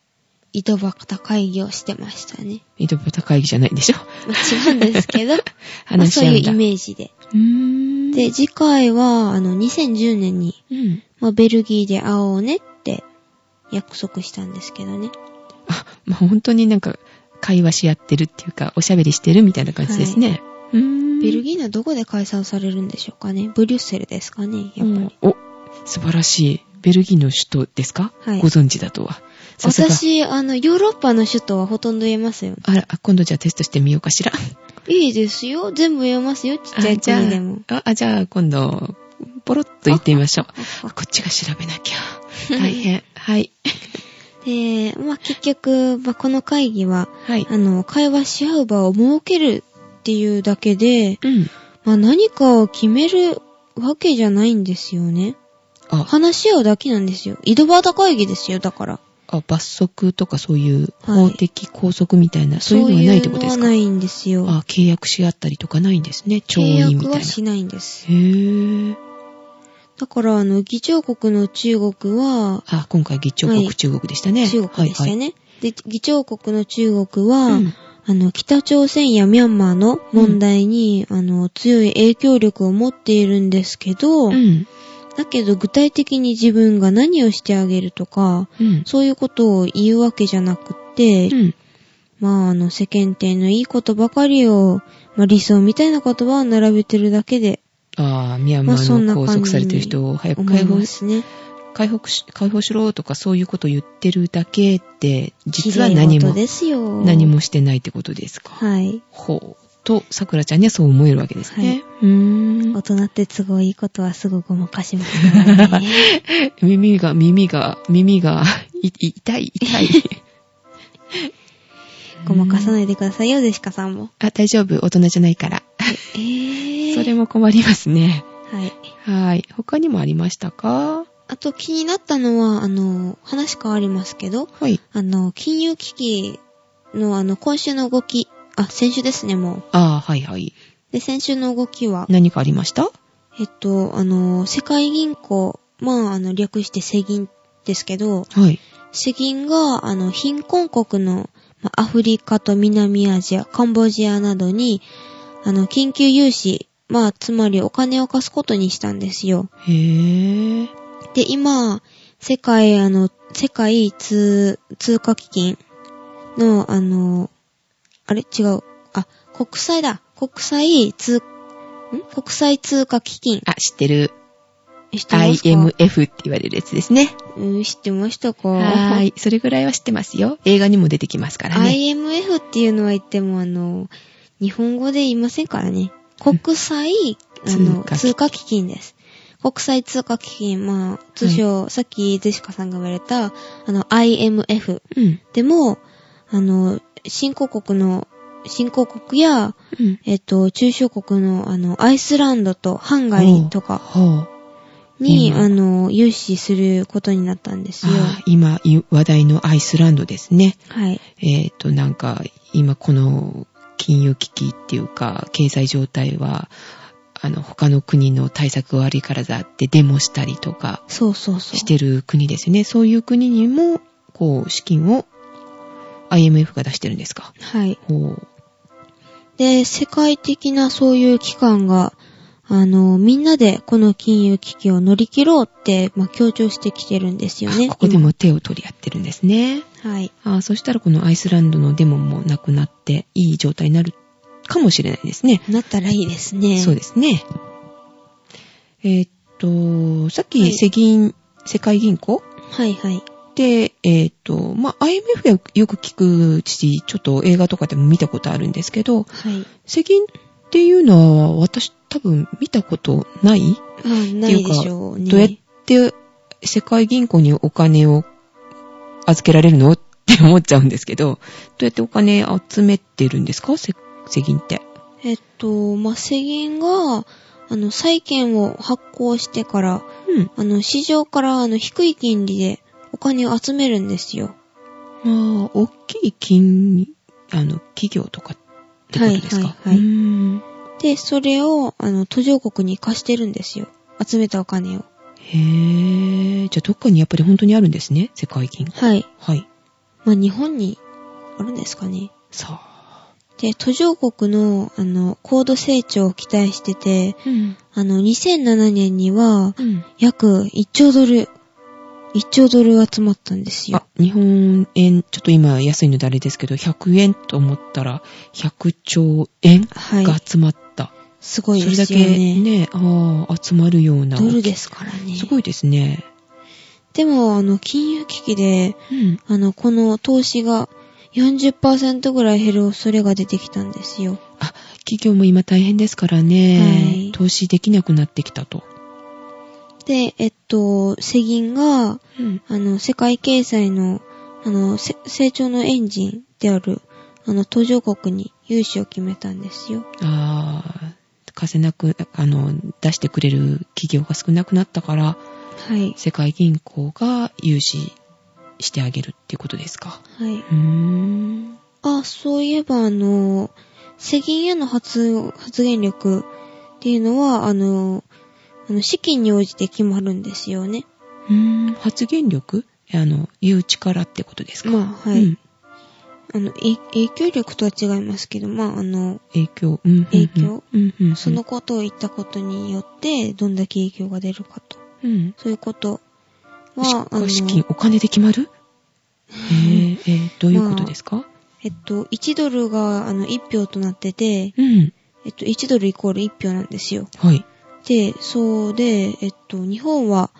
Speaker 2: 井戸端会議をしてましたね。
Speaker 1: 井戸端会議じゃないでしょ。
Speaker 2: まあ、違うんですけど、まあ、
Speaker 1: 話
Speaker 2: そう
Speaker 1: し合
Speaker 2: いううん
Speaker 1: だ。
Speaker 2: イメージで。
Speaker 1: うーん
Speaker 2: で、、次回は、あの、2010年に、
Speaker 1: うん。
Speaker 2: まあ、ベルギーで会おうねって約束したんですけどね。
Speaker 1: あ、まあ、本当になんか、会話し合ってるっていうか、おしゃべりしてるみたいな感じですね。うーん。
Speaker 2: ベルギーはどこで開催されるんでしょうかね。ブリュッセルですかね、やっぱり。
Speaker 1: うんお、素晴らしい。ベルギーの首都ですか、
Speaker 2: はい
Speaker 1: ご存知だとは。さすが。
Speaker 2: 私、あの、ヨーロッパの首都はほとんど言えますよ。
Speaker 1: あら、今度じゃあテストしてみようかしら。
Speaker 2: いいですよ。全部言えますよ。ちっちゃ
Speaker 1: あ
Speaker 2: い
Speaker 1: じゃ
Speaker 2: 国でも。
Speaker 1: ああ、あ、じゃあ今度、ポロッと言ってみましょう。
Speaker 2: あ
Speaker 1: こっちが調べなきゃ。大 変。はい。
Speaker 2: で、まあ、結局、まあ、この会議は、
Speaker 1: はい。
Speaker 2: あの、会話し合う場を設けるっていうだけで、
Speaker 1: うん。
Speaker 2: まあ、何かを決めるわけじゃないんですよね。
Speaker 1: あ、
Speaker 2: 話し合うだけなんですよ。井戸端会議ですよ、だから。
Speaker 1: あ罰則とかそういう
Speaker 2: は
Speaker 1: 法
Speaker 2: い
Speaker 1: 的拘束みたいな、そういうのはないってことです
Speaker 2: そ
Speaker 1: か
Speaker 2: ういうのはないんですよ。
Speaker 1: あ、契約し合ったりとかないんですね。調
Speaker 2: 契
Speaker 1: 印み
Speaker 2: 約
Speaker 1: た
Speaker 2: はい
Speaker 1: な。
Speaker 2: しないんです。
Speaker 1: へぇ
Speaker 2: だから、あの、議長国の中国は、
Speaker 1: あ、今回議長国、
Speaker 2: はい
Speaker 1: 中国でしたね。
Speaker 2: 中国でした
Speaker 1: はい
Speaker 2: ね。で、議長国の中国
Speaker 1: は
Speaker 2: は、
Speaker 1: い。うん
Speaker 2: あの、北朝鮮やミャンマーの問題に、あの、強い影響力を持っているんですけど、
Speaker 1: うん。
Speaker 2: だけど具体的に自分が何をしてあげるとか、
Speaker 1: うん。
Speaker 2: そういうことを言うわけじゃなくって、
Speaker 1: うん。
Speaker 2: まあ、あの、世間体のいいことばかりを、まあ、理想みたいな言葉を並べてるだけで、
Speaker 1: ああ、ミャン
Speaker 2: ま
Speaker 1: マ
Speaker 2: あそ
Speaker 1: ー
Speaker 2: んな
Speaker 1: の
Speaker 2: 感
Speaker 1: 拘
Speaker 2: じ
Speaker 1: 束されてる人を早く
Speaker 2: 思い
Speaker 1: 解放
Speaker 2: ますね。
Speaker 1: 解放し、解放しろとかそういうことを言ってるだけで、実は
Speaker 2: 綺麗
Speaker 1: 何
Speaker 2: 事
Speaker 1: も、
Speaker 2: ですよ。
Speaker 1: 何。もしてないってことですか。
Speaker 2: はい。
Speaker 1: ほう。と、さくらちゃんにはそう思えるわけですね。うー
Speaker 2: 大
Speaker 1: ん。
Speaker 2: 人って都合いいことはすぐごまかしますからね。
Speaker 1: 耳が、耳が、耳が、いい痛い、痛 い。
Speaker 2: ごまかさないでくださいよ、ゼシカさんも。
Speaker 1: あ、大丈夫。大人じゃないから。
Speaker 2: えー。
Speaker 1: それも困りますね。
Speaker 2: はい。
Speaker 1: はい。他にもありましたか
Speaker 2: あと気になったのは、あの、話変わりますけど、
Speaker 1: はい。
Speaker 2: あの、金融危機のあの、今週の動き、あ、先週ですね、もう。
Speaker 1: ああ、はいはい。
Speaker 2: で、先週の動きは、
Speaker 1: 何かありました
Speaker 2: えっと、あの、世界銀行、まあ、あの、略して世銀ですけど、
Speaker 1: はい。
Speaker 2: 世銀が、あの、貧困国の、まあアフリカと南アジア、カンボジアなどに、あの、緊急融資、まあ、つまりお金を貸すことにしたんですよ。
Speaker 1: へえ。
Speaker 2: で、今、世界、あの、世界通、通貨基金の、あの、あれ違う。あ、国際だ。国際通、ん国際通貨基金。
Speaker 1: あ、知ってる。
Speaker 2: 知ってますか、
Speaker 1: IMF って言われるやつですね。
Speaker 2: うん、知ってましたか
Speaker 1: はーい。それぐらいは知ってますよ。映画にも出てきますからね。
Speaker 2: IMF っていうのは言っても、あの、日本語で言いませんからね。国際、あの
Speaker 1: 通貨基金
Speaker 2: 通貨基金です。国際通貨基金、まあ、通称、さっきゼシカさんが言われた、あの、IMF
Speaker 1: うん。
Speaker 2: でも、あの、新興国の、新興国や、
Speaker 1: うん。
Speaker 2: えっと、中小国の、あの、アイスランドとハンガリーとか、
Speaker 1: は
Speaker 2: に、
Speaker 1: うん
Speaker 2: あの、融資することになったんですよ。
Speaker 1: あー今い話題のアイスランドですね。
Speaker 2: はい。
Speaker 1: えっ、と、なんか、今この金融危機っていうか、経済状態は、あの、他の国の対策が悪いからだってデモしたりとか
Speaker 2: そうそうそう。
Speaker 1: してる国ですよね。そういう国にも、こう、資金を IMF が出してるんですか。
Speaker 2: はい。
Speaker 1: ほう。
Speaker 2: で、世界的なそういう機関が、あの、みんなでこの金融危機を乗り切ろうって、まあ、強調してきてるんですよね。
Speaker 1: あここでも手を取り合ってるんですね。
Speaker 2: 今。はい。
Speaker 1: あそしたらこのアイスランドのデモもなくなって、いい状態になるかもしれないですね。
Speaker 2: なったらいいですね。
Speaker 1: そうですね。えーっと、さっ
Speaker 2: は
Speaker 1: き
Speaker 2: い
Speaker 1: 世銀、世界銀行
Speaker 2: はいはい。
Speaker 1: で、えーっと、まあ、IMF がよく聞くうち、ちょっと映画とかでも見たことあるんですけど、
Speaker 2: はい。
Speaker 1: 世銀っていうのは私多分見たことない
Speaker 2: あ、ないでしょうね。
Speaker 1: どうやって世界銀行にお金を預けられるのって思っちゃうんですけど、どうやってお金集めてるんですかせ世銀って。
Speaker 2: えっと、まあ、世銀が、あの、債券を発行してから、
Speaker 1: うん。
Speaker 2: あの、市場から、あの、低い金利でお金を集めるんですよ。
Speaker 1: まあ、大きい金、あの、企業とかってことですか、
Speaker 2: はいはいはいう
Speaker 1: ーん
Speaker 2: で、それを、あの、途上国に貸してるんですよ。集めたお金を。
Speaker 1: へえ、じゃあどっかにやっぱり本当にあるんですね、世界銀行。
Speaker 2: はい。
Speaker 1: はい。
Speaker 2: まあ、日本にあるんですかね。
Speaker 1: さあ。
Speaker 2: で、途上国の、あの、高度成長を期待してて、
Speaker 1: うん。
Speaker 2: あの、2007年には、
Speaker 1: うん。
Speaker 2: 約1兆ドル、1兆ドル集まったんですよ
Speaker 1: あ。、日本円、ちょっと今安いのであれですけど、100円と思ったら、100兆円
Speaker 2: はい。
Speaker 1: が集まった。
Speaker 2: すごい
Speaker 1: そ
Speaker 2: で
Speaker 1: れだ
Speaker 2: す
Speaker 1: け
Speaker 2: よね。
Speaker 1: ね、ああ、集まるような。
Speaker 2: ドルですからね。
Speaker 1: すごいですね。
Speaker 2: でも、あの、金融危機で、
Speaker 1: うん。
Speaker 2: あの、この投資が40%ぐらい減る恐れが出てきたんですよ。
Speaker 1: あ、企業も今大変ですからね、
Speaker 2: はい
Speaker 1: 投資できなくなってきたと。
Speaker 2: で、えっと、世銀が、
Speaker 1: うん。
Speaker 2: あの、世界経済の、あの、せ成長のエンジンである、あの、途上国に融資を決めたんですよ。
Speaker 1: ああ、貸せなく、あの、出してくれる企業が少なくなったから、
Speaker 2: はい。
Speaker 1: 世界銀行が融資してあげるっていうことですか。
Speaker 2: はい。
Speaker 1: うーん。
Speaker 2: あ、そういえば、あの、世銀への発、発言力っていうのは、あの、あの、資金に応じて決まるんですよね。
Speaker 1: うーん、発言力あの、言う力ってことですか。
Speaker 2: まあ、はい。
Speaker 1: うん
Speaker 2: あの、え影響力とは違いますけど、まあ、あの、
Speaker 1: 影響、うんうんうん。
Speaker 2: 影響
Speaker 1: うんうんうん。
Speaker 2: そのことを言ったことによって、どんだけ影響が出るかと。
Speaker 1: うん。
Speaker 2: そういうこと
Speaker 1: し
Speaker 2: は、あの、
Speaker 1: 資金、お金で決ま るえー、えーどういうことですか、
Speaker 2: えっと、1ドルが、あの、1票となってて、
Speaker 1: うん。
Speaker 2: えっと、1ドルイコール1票なんですよ。
Speaker 1: はい。
Speaker 2: で、そうで、えっと、日本は、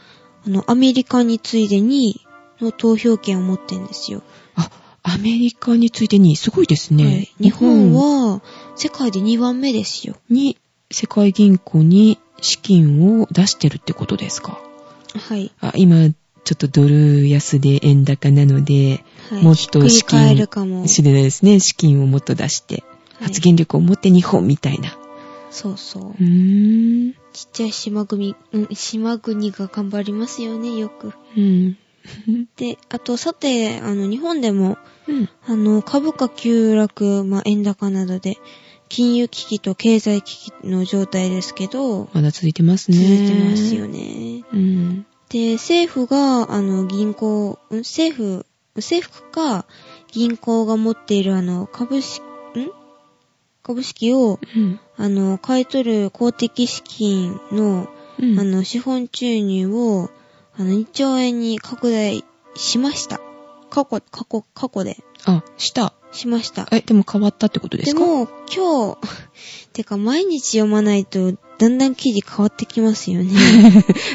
Speaker 2: あの、アメリカに次いで2位の投票権を持ってるんですよ。
Speaker 1: あ、アメリカについてに、すごいですね。
Speaker 2: はい日本は、世界で2番目ですよ。
Speaker 1: に、世界銀行に資金を出してるってことですか
Speaker 2: はい。
Speaker 1: あ、今、ちょっとドル安で円高なので、
Speaker 2: はい。
Speaker 1: もっと
Speaker 2: ひっ
Speaker 1: 資
Speaker 2: くり返
Speaker 1: 金
Speaker 2: る、かも。
Speaker 1: 知れないですね。資金をもっと出して、
Speaker 2: はい
Speaker 1: 発言力を持って日本みたいな。
Speaker 2: そうそう
Speaker 1: う。ーん。
Speaker 2: ちっちゃい島組、うん、島国が頑張りますよね、よく。
Speaker 1: うん。
Speaker 2: で、あと、さて、あの、日本でも、
Speaker 1: うん。
Speaker 2: あの、株価急落、まあ、円高などで、金融危機と経済危機の状態ですけど、
Speaker 1: まだ続いてます
Speaker 2: 続
Speaker 1: ね。
Speaker 2: いてますよ。ね。
Speaker 1: うん。
Speaker 2: で、政府が、あの、銀行、ん政府、政府か、銀行が持っている、あの、株式、ん株式を、
Speaker 1: うん。
Speaker 2: あの、買い取る公的資金の、
Speaker 1: うん。
Speaker 2: あの、資本注入を、あの、2兆円に拡大しました。過去、過去、過去で、
Speaker 1: あ、した。
Speaker 2: しました。
Speaker 1: え、でも変わったってことで
Speaker 2: です
Speaker 1: か
Speaker 2: も、今日、てか、毎日読まないと、だんだん記事変わってきますよね。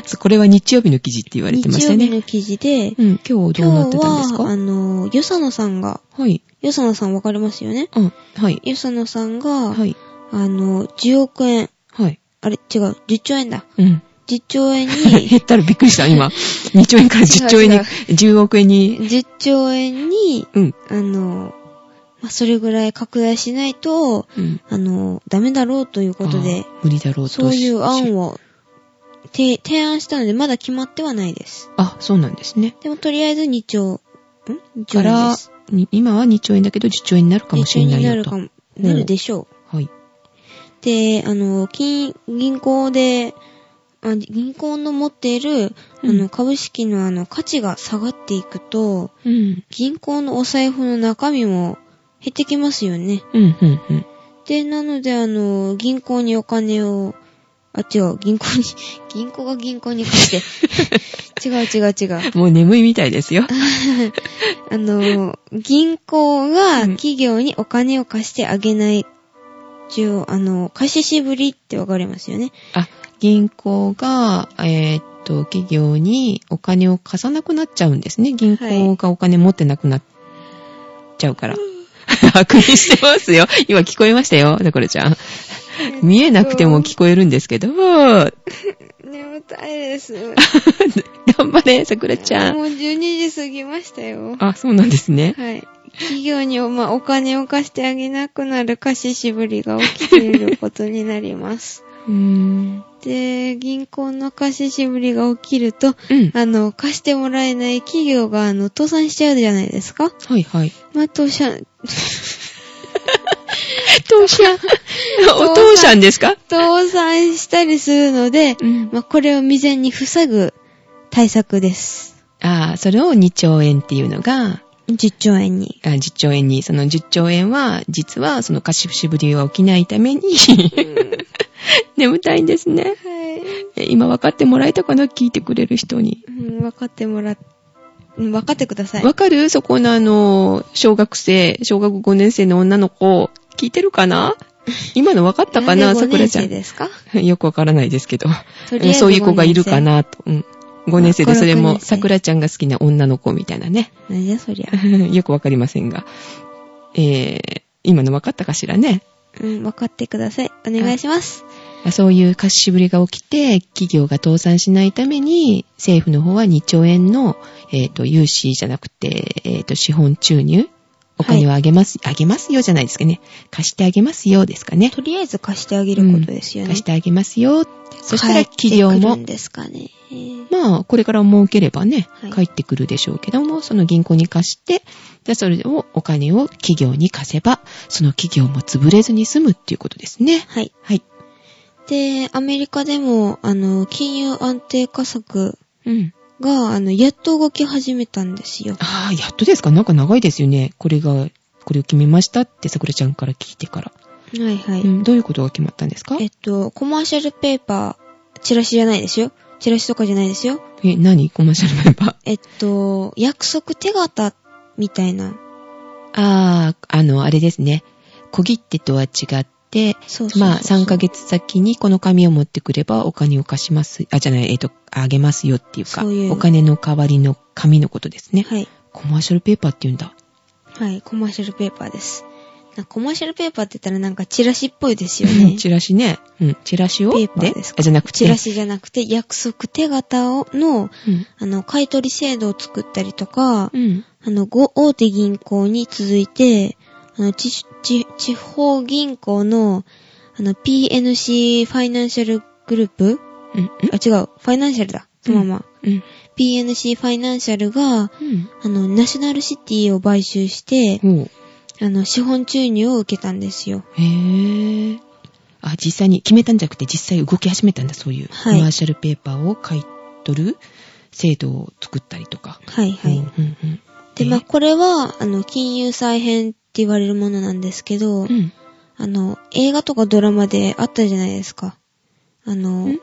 Speaker 1: そうこれは日曜日の記事って言われてまし
Speaker 2: 日
Speaker 1: た
Speaker 2: 曜
Speaker 1: よ
Speaker 2: 日
Speaker 1: ね。
Speaker 2: の記事
Speaker 1: う
Speaker 2: で、
Speaker 1: ん、今日どうな
Speaker 2: 今
Speaker 1: っ
Speaker 2: 日
Speaker 1: てたんですか
Speaker 2: は、あの、よさのさんが、
Speaker 1: はい。
Speaker 2: よさのさんわかりますよね
Speaker 1: うん、はい。
Speaker 2: よさのさんが、
Speaker 1: はい。
Speaker 2: あの、10億円、
Speaker 1: はい。
Speaker 2: あれ、違う、10兆円だ。
Speaker 1: うん。
Speaker 2: 10兆 円
Speaker 1: 減
Speaker 2: に、
Speaker 1: ったらびっくりした、 今。2兆円から10兆円に、
Speaker 2: 違う
Speaker 1: 10億円に。
Speaker 2: 10兆円に、
Speaker 1: うん。
Speaker 2: あの、まあ、それぐらい拡大しないと、
Speaker 1: うん。
Speaker 2: あの、ダメだろうということで
Speaker 1: あ、ー無理だろうと。
Speaker 2: そういう案をて提案したので、まだ決まってはないです。
Speaker 1: あ、そうなんですね。
Speaker 2: でも、とりあえず2兆、ん ?2
Speaker 1: か
Speaker 2: 兆円
Speaker 1: ら
Speaker 2: です。、
Speaker 1: に今は2兆円だけど10兆円になるかもしれない
Speaker 2: 一緒にな
Speaker 1: よ
Speaker 2: る
Speaker 1: と。
Speaker 2: かも、なるでしょ
Speaker 1: はい。
Speaker 2: う。で、あの、金、銀行で、あ銀行の持っている、あ
Speaker 1: うん
Speaker 2: の、株式のあの、価値が下がっていくと、
Speaker 1: うん。
Speaker 2: 銀行のお財布の中身も減ってきますよね。
Speaker 1: うん、うん、うん。
Speaker 2: で、なので、あの、銀行にお金を、あ、違う、銀行に、 銀行が銀行に貸して、 違う違う違う。
Speaker 1: もう眠いみたいですよ。
Speaker 2: あの、銀行が
Speaker 1: うん
Speaker 2: 企業にお金を貸してあげない、一応、あの、貸ししぶりってわかりますよね。
Speaker 1: あ、銀行が、えーっと、企業にお金を貸さなくなっちゃうんですね。銀行がお金持ってなくなっちゃう から。 確認してますよ。今聞こえましたよ、だこれちゃん。 見えなくても聞こえるんですけど。 頑
Speaker 2: 眠たいです。
Speaker 1: 張れ、さくらちゃん。
Speaker 2: もう12時過ぎましたよ。
Speaker 1: あ、そうなんですね。
Speaker 2: はい。企業にお,、まあ、お金を貸してあげなくなる貸ししぶりが起きていることにな ります。
Speaker 1: うーん。
Speaker 2: で、銀行の貸ししぶりが起きると、
Speaker 1: うん。
Speaker 2: あの、貸してもらえない企業が、あの、倒産しちゃうじゃないですか。
Speaker 1: はいはい。
Speaker 2: まあ、当社、
Speaker 1: 当社。 お当社ですか
Speaker 2: 倒産したりするので、
Speaker 1: うん。
Speaker 2: まあ、これを未然に防ぐ対策です。
Speaker 1: ああ、それを2兆円っていうのが、
Speaker 2: 10兆円に。
Speaker 1: あ10兆円に、その10兆円は、実はその貸し節ぶりが起きないために、 眠たいんですね。
Speaker 2: はい。
Speaker 1: え今分かってもらえたかな聞いてくれる人に。
Speaker 2: うん、分かってもらっ、うん分かってください。
Speaker 1: わかるそこのあの、小学生、小学5年生の女の子、聞いてるか な今の分かったかな
Speaker 2: なん
Speaker 1: さく
Speaker 2: で5
Speaker 1: ら
Speaker 2: 年
Speaker 1: ちゃ
Speaker 2: 生
Speaker 1: ん。
Speaker 2: ですか
Speaker 1: よくわからないですけど。
Speaker 2: とりあえず
Speaker 1: そういう子がいるかなと。うん。5年生で、
Speaker 2: わか
Speaker 1: そ
Speaker 2: る
Speaker 1: れ
Speaker 2: わか
Speaker 1: も、
Speaker 2: る
Speaker 1: さくらちゃんが好きな女の子みたいなね。
Speaker 2: なんじゃそりゃ。
Speaker 1: よくわかりませんが。えー、今の分かったかしらね。
Speaker 2: うん、分かってください。お願いします。
Speaker 1: そういう貸しぶりが起きて、企業が倒産しないために、政府の方は2兆円の、えっ、と、融資じゃなくて、えっ、と、資本注入、お金をあげます、あげますよじゃないですかね。貸してあげますよですかね。
Speaker 2: とりあえず貸してあげることですよね。
Speaker 1: 貸してあげますよ。そしたら
Speaker 2: 帰って
Speaker 1: 企業
Speaker 2: く
Speaker 1: も
Speaker 2: るん、ですかね。えー
Speaker 1: まあ、これから儲ければね
Speaker 2: は、い
Speaker 1: 返ってくるでしょうけども、その銀行に貸して、で、それをお金を企業に貸せば、その企業も潰れずに済むっていうことですね。
Speaker 2: はい。
Speaker 1: はい。
Speaker 2: で、アメリカでも、あの、金融安定化策
Speaker 1: うん。
Speaker 2: が、あの、やっと動き始めたんですよ。
Speaker 1: ああ、やっとですかなんか長いですよね。これが、これを決めましたって、さくらちゃんから聞いてから。
Speaker 2: はいはい。
Speaker 1: うん、どういうことが決まったんですか
Speaker 2: えっと、コマーシャルペーパー、チラシじゃないですよ。チラシとかじゃないですよ。
Speaker 1: え、何コマーシャルメンバー。
Speaker 2: えっと、約束手形みたいな。
Speaker 1: ああ、あの、あれですね。小切手とは違って、
Speaker 2: そうそうそう
Speaker 1: まあ、3ヶ月先にこの紙を持ってくればお金を貸します。あ、じゃない、えっ、と、あげますよっていうか
Speaker 2: そういう
Speaker 1: お金の代わりの紙のことですね。
Speaker 2: はい。
Speaker 1: コマーシャルペーパーって言うんだ。
Speaker 2: はい、コマーシャルペーパーです。なコマーシャルペーパーって言ったらなんかチラシっぽいですよね。
Speaker 1: チラシね。うん、チラシを。
Speaker 2: ペーパーですか
Speaker 1: あじゃなくて。
Speaker 2: チラシじゃなくて、約束手形をの、
Speaker 1: うん。
Speaker 2: あの、買い取り制度を作ったりとか
Speaker 1: う、ん。
Speaker 2: あの、ご大手銀行に続いて、あの、ち、ち、地方銀行の、あの、PNC ファイナンシャルグループ
Speaker 1: うん。
Speaker 2: あ、違う、ファイナンシャルだ。そのまま。
Speaker 1: うん。
Speaker 2: PNC ファイナンシャルが、
Speaker 1: うん。
Speaker 2: あの、ナショナルシティを買収して、
Speaker 1: ほう。
Speaker 2: あの、資本注入を受けたんですよ。
Speaker 1: へぇー。あ、実際に決めたんじゃなくて実際動き始めたんだ、そういう。
Speaker 2: はい
Speaker 1: コマーシャルペーパーを買い取る制度を作ったりとか。
Speaker 2: はいはい。
Speaker 1: うんうんうん。え
Speaker 2: で、まあ、これは、あの、金融再編って言われるものなんですけど、
Speaker 1: うん。
Speaker 2: あの、映画とかドラマであったじゃないですか。あの
Speaker 1: ん、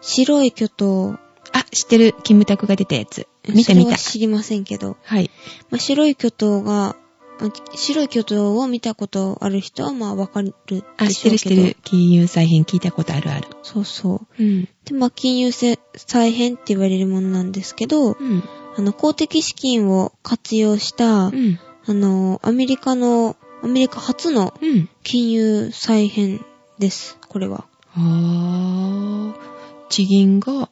Speaker 2: 白い巨頭。
Speaker 1: あ、知ってる。キムタクが出たやつ。見た見
Speaker 2: それ
Speaker 1: た
Speaker 2: は。知りませんけど。
Speaker 1: はい。
Speaker 2: まあ、白い巨頭が、あ白い巨頭を見たことある人は、まあ、わかるでしょうけど。
Speaker 1: あ、知ってる知ってる。金融再編聞いたことあるある。
Speaker 2: そうそ
Speaker 1: う
Speaker 2: う。
Speaker 1: ん。
Speaker 2: で、まあ、金融せ再編って言われるものなんですけ
Speaker 1: う、
Speaker 2: ど
Speaker 1: ん。
Speaker 2: あの、公的資金を活用した、
Speaker 1: うん。
Speaker 2: あの、アメリカの、アメリカ初の
Speaker 1: うん。
Speaker 2: 金融再編です、これは。
Speaker 1: あー。地銀が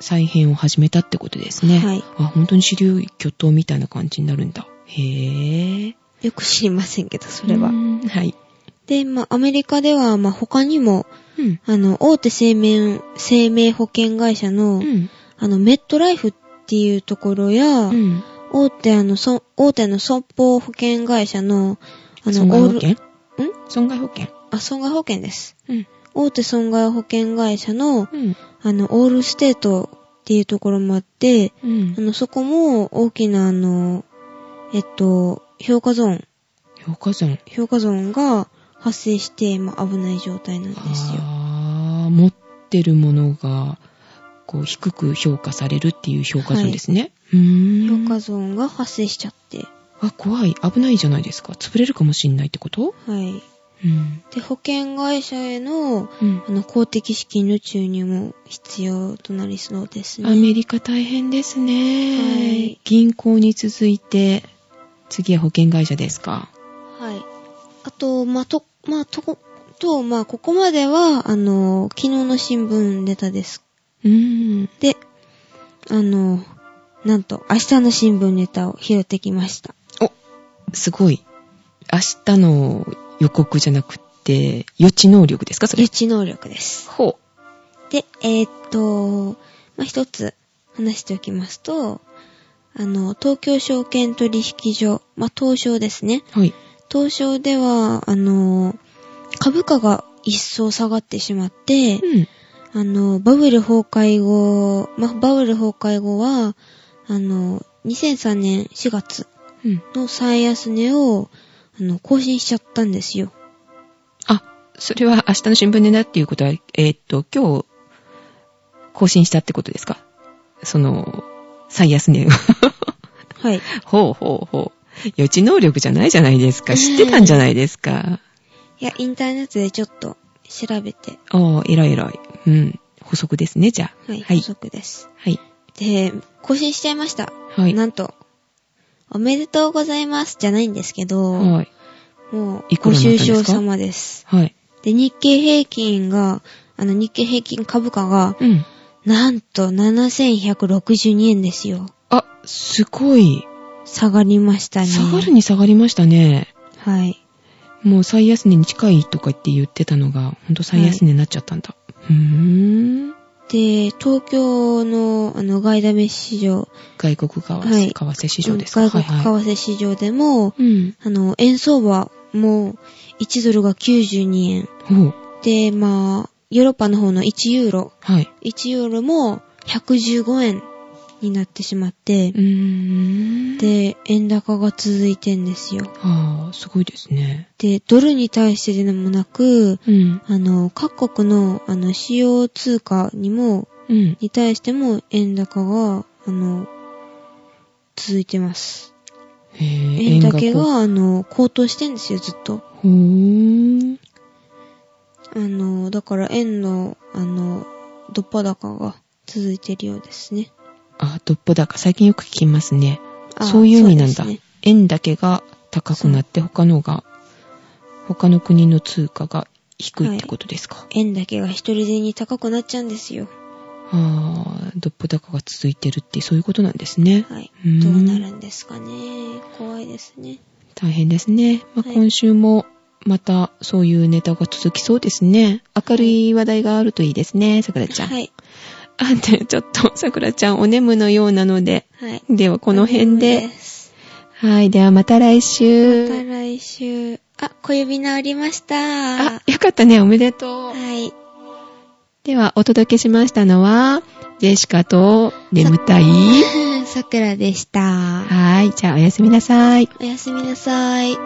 Speaker 1: 再編を始めたってことですね。
Speaker 2: はい。
Speaker 1: あ、本当に支流巨頭みたいな感じになるんだ。へぇー。
Speaker 2: よく知りませんけど、それは
Speaker 1: う。んはい。
Speaker 2: で、まあ、アメリカでは、まあ、他にも、
Speaker 1: うん。
Speaker 2: あの、大手生命、生命保険会社の、
Speaker 1: うん。
Speaker 2: あの、メットライフっていうところや、
Speaker 1: うん。
Speaker 2: 大手あの、そ大手の損保保険会社の、あの、
Speaker 1: 損害
Speaker 2: オ
Speaker 1: 保
Speaker 2: ール
Speaker 1: 険ん損害保険。
Speaker 2: あ、損害保険です。
Speaker 1: うん。
Speaker 2: 大手損害保険会社の、
Speaker 1: うん。
Speaker 2: あの、オールステートっていうところもあって、
Speaker 1: うん
Speaker 2: あ。の、そこも大きな、あの、えっと、評価ゾーン、
Speaker 1: 評価損。
Speaker 2: 評価ゾーンが発生して、今危ない状態なんですよ。
Speaker 1: あー持ってるものが、こう、低く評価されるっていう評価損ですね。うーん。
Speaker 2: 評価ゾーンが発生しちゃって、
Speaker 1: あ、怖い。危ないじゃないですか。潰れるかもしんないってこと
Speaker 2: はい。
Speaker 1: うん。
Speaker 2: で、保険会社への、
Speaker 1: うん
Speaker 2: あの、公的資金の注入も必要となりそうですね。
Speaker 1: アメリカ大変ですね。
Speaker 2: はい
Speaker 1: 銀行に続いて、次は保険会社ですか。
Speaker 2: はい。あと、まあ、と、まあ、とこ、と、まあ、ここまでは、あの、昨日の新聞ネタです。
Speaker 1: うーん。
Speaker 2: で、あの、なんと、明日の新聞ネタを拾ってきました。
Speaker 1: すごい。明日の予告じゃなくて、予知能力ですかそれ
Speaker 2: 予。知能力です。
Speaker 1: ほ
Speaker 2: で、えーっと、まあ、一つ話しておきますと、あの、東京証券取引所、まあ、東証ですね。
Speaker 1: う。はい。
Speaker 2: 東証では、あの、株価が一層下がってしまって、
Speaker 1: うん。
Speaker 2: あの、バブル崩壊後、まあ、バブル崩壊後は、あの、2003年4月
Speaker 1: うん。
Speaker 2: の最安値を、あの、更新しちゃったんですよ。
Speaker 1: あ、それは明日の新聞でなっていうことは、えーっと、今日、更新したってことですかその、最安 値を。
Speaker 2: はい。
Speaker 1: ほうほうほう。予知能力じゃないじゃないですか。知ってたんじゃないですか。
Speaker 2: いや、インターネットでちょっと調べて、
Speaker 1: ああ、偉い偉い。うん。補足ですね、じゃあ。
Speaker 2: はい、
Speaker 1: はい
Speaker 2: 補。足です。
Speaker 1: はい。
Speaker 2: で、更新しちゃいました。
Speaker 1: はい。
Speaker 2: なんと、おめでとうございますじゃないんですけど、
Speaker 1: はい。
Speaker 2: もう
Speaker 1: い、く
Speaker 2: ご
Speaker 1: らにな
Speaker 2: 愁
Speaker 1: ったんですか
Speaker 2: 傷様です。
Speaker 1: はい。
Speaker 2: で、日経平均が、あの、日経平均株価が、
Speaker 1: うん。
Speaker 2: なんと7162円ですよ。
Speaker 1: あ、すごい。
Speaker 2: 下がりましたね。
Speaker 1: 下がるに下がりましたね。
Speaker 2: はい。
Speaker 1: もう最安値に近いとかって言ってたのが、ほんと最安値になっちゃったんだ。うーん。
Speaker 2: で、東京の、あの、外為市場、
Speaker 1: 外国為替、
Speaker 2: はい
Speaker 1: 為替市場ですか。
Speaker 2: 外国為
Speaker 1: はいはい
Speaker 2: 替市場でも、
Speaker 1: うん。
Speaker 2: あの、円相場も、1ドルが92円。
Speaker 1: ほう。
Speaker 2: で、まあ、ヨーロッパの方の1ユーロ、
Speaker 1: はい。
Speaker 2: 1ユーロも115円になってしまって
Speaker 1: う、ーん。、
Speaker 2: で、円高が続いてんですよ。
Speaker 1: ああ、すごいですね。
Speaker 2: で、ドルに対してでもなく、
Speaker 1: うん。
Speaker 2: あの、各国の、あの、使用通貨にも、
Speaker 1: うん。
Speaker 2: に対しても円高が、あの、続いてます。
Speaker 1: へえ
Speaker 2: 円だけ。
Speaker 1: こ
Speaker 2: が、あの、高騰してんですよ、ずっと。
Speaker 1: ほー。
Speaker 2: あの、だから円の、あの、どっぱ高が続いてるようですね。
Speaker 1: あ、どっぽだか。最近よく聞きますね。
Speaker 2: あ
Speaker 1: そういう意味なんだ
Speaker 2: そうですね
Speaker 1: 円だけが高くなって、他のが、他の国の通貨が低いってことですか。
Speaker 2: 円だけが一人でに高くなっちゃうんですよ。
Speaker 1: ああ、どっぽ高が続いてるってそういうことなんですね。
Speaker 2: はい。
Speaker 1: うん
Speaker 2: どうなるんですかね。怖いですね。
Speaker 1: 大変ですね。まあ、
Speaker 2: はい
Speaker 1: 今週もまたそういうネタが続きそうですね。明るい話題があるといいですね、さくらちゃん。
Speaker 2: はい。
Speaker 1: あ、で、ちょっとさくらちゃんお眠のようなので、
Speaker 2: はい。
Speaker 1: ではこの辺で。
Speaker 2: す
Speaker 1: はい、ではまた来
Speaker 2: また
Speaker 1: 週。
Speaker 2: 来週。あ、小指治りました。
Speaker 1: あ、よかったね、おめでとう。
Speaker 2: はい。
Speaker 1: では、お届けしましたのは、ジェシカと眠たい。
Speaker 2: さくらでした。
Speaker 1: はい、じゃあおやすみなさい。
Speaker 2: おやすみなさい。